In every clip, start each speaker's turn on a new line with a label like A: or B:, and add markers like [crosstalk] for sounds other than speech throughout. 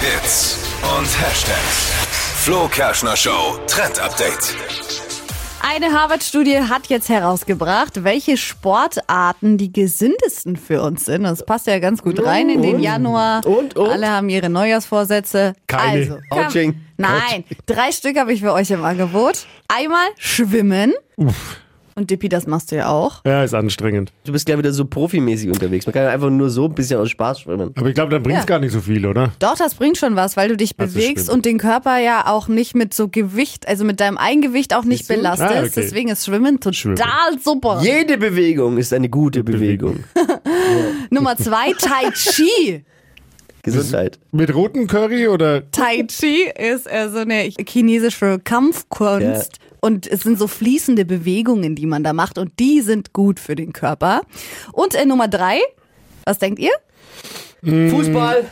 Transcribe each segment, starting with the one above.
A: Hits und Hashtags. Flo Kerschner Show Trend Update.
B: Eine Harvard-Studie hat jetzt herausgebracht, welche Sportarten die gesündesten für uns sind. Das passt ja ganz gut rein in den Januar.
C: Und, und?
B: Alle haben ihre Neujahrsvorsätze.
C: Keine.
B: Also, komm.
C: Ouching.
B: Nein, drei Stück habe ich für euch im Angebot. Einmal schwimmen. Und Dippi, das machst du ja auch.
D: Ja, ist anstrengend.
C: Du bist gleich wieder so profimäßig unterwegs. Man kann einfach nur so ein bisschen aus Spaß schwimmen.
D: Aber ich glaube, dann bringt es
B: Ja.
D: gar nicht so viel, oder?
B: Doch, das bringt schon was, weil du dich
D: Das ist
B: bewegst
D: schlimm.
B: und den Körper ja auch nicht mit so Gewicht, also mit deinem Eigengewicht auch nicht
C: Siehst du?
B: belastest.
D: Ah, okay.
B: Deswegen ist Schwimmen total
D: Schwimmen.
B: super.
C: Jede Bewegung ist eine gute Bewegung.
B: Nummer zwei, Tai
D: [laughs]
B: Chi.
C: Gesundheit.
D: Mit roten Curry oder?
B: Tai Chi ist äh, so eine chinesische Kampfkunst. Und es sind so fließende Bewegungen, die man da macht. Und die sind gut für den Körper. Und äh, Nummer drei, was denkt ihr?
C: Fußball,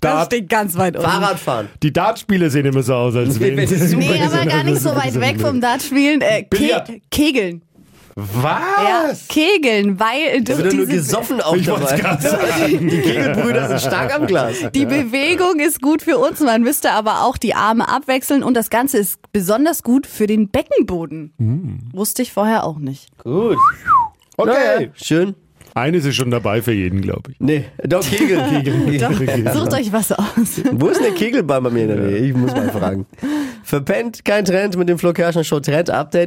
B: Das steht ganz weit unten.
C: Fahrradfahren.
D: Die Dartspiele sehen immer so aus, als
C: Nee,
D: wären
C: das
D: sie
C: ist super.
B: Nee, aber gar nicht so weit weg vom Dartspielen. Äh,
D: Billard.
B: Ke Kegeln. Ja,
D: [laughs] Was?
B: Kegeln, weil
C: Da
B: durch
C: wird ja nur
B: diese-
C: gesoffen auch
D: Ich wollt's
C: dabei.
D: grad
C: [laughs] Die Kegelbrüder sind stark am Glas.
B: Die Bewegung ist gut für uns, man müsste aber auch die Arme abwechseln und das Ganze ist besonders gut für den Beckenboden.
C: Mhm.
B: Wusste ich vorher auch nicht.
C: Gut.
D: Okay.
C: Schön.
D: Eines ist schon dabei für jeden, glaube ich.
C: Nee, doch Kegeln.
B: Sucht euch was aus.
C: Wo ist eine Kegelbahn bei mir in der Nähe? Ich muss mal fragen. Verpennt kein Trend mit dem Flo Kerschner Show Trend Update.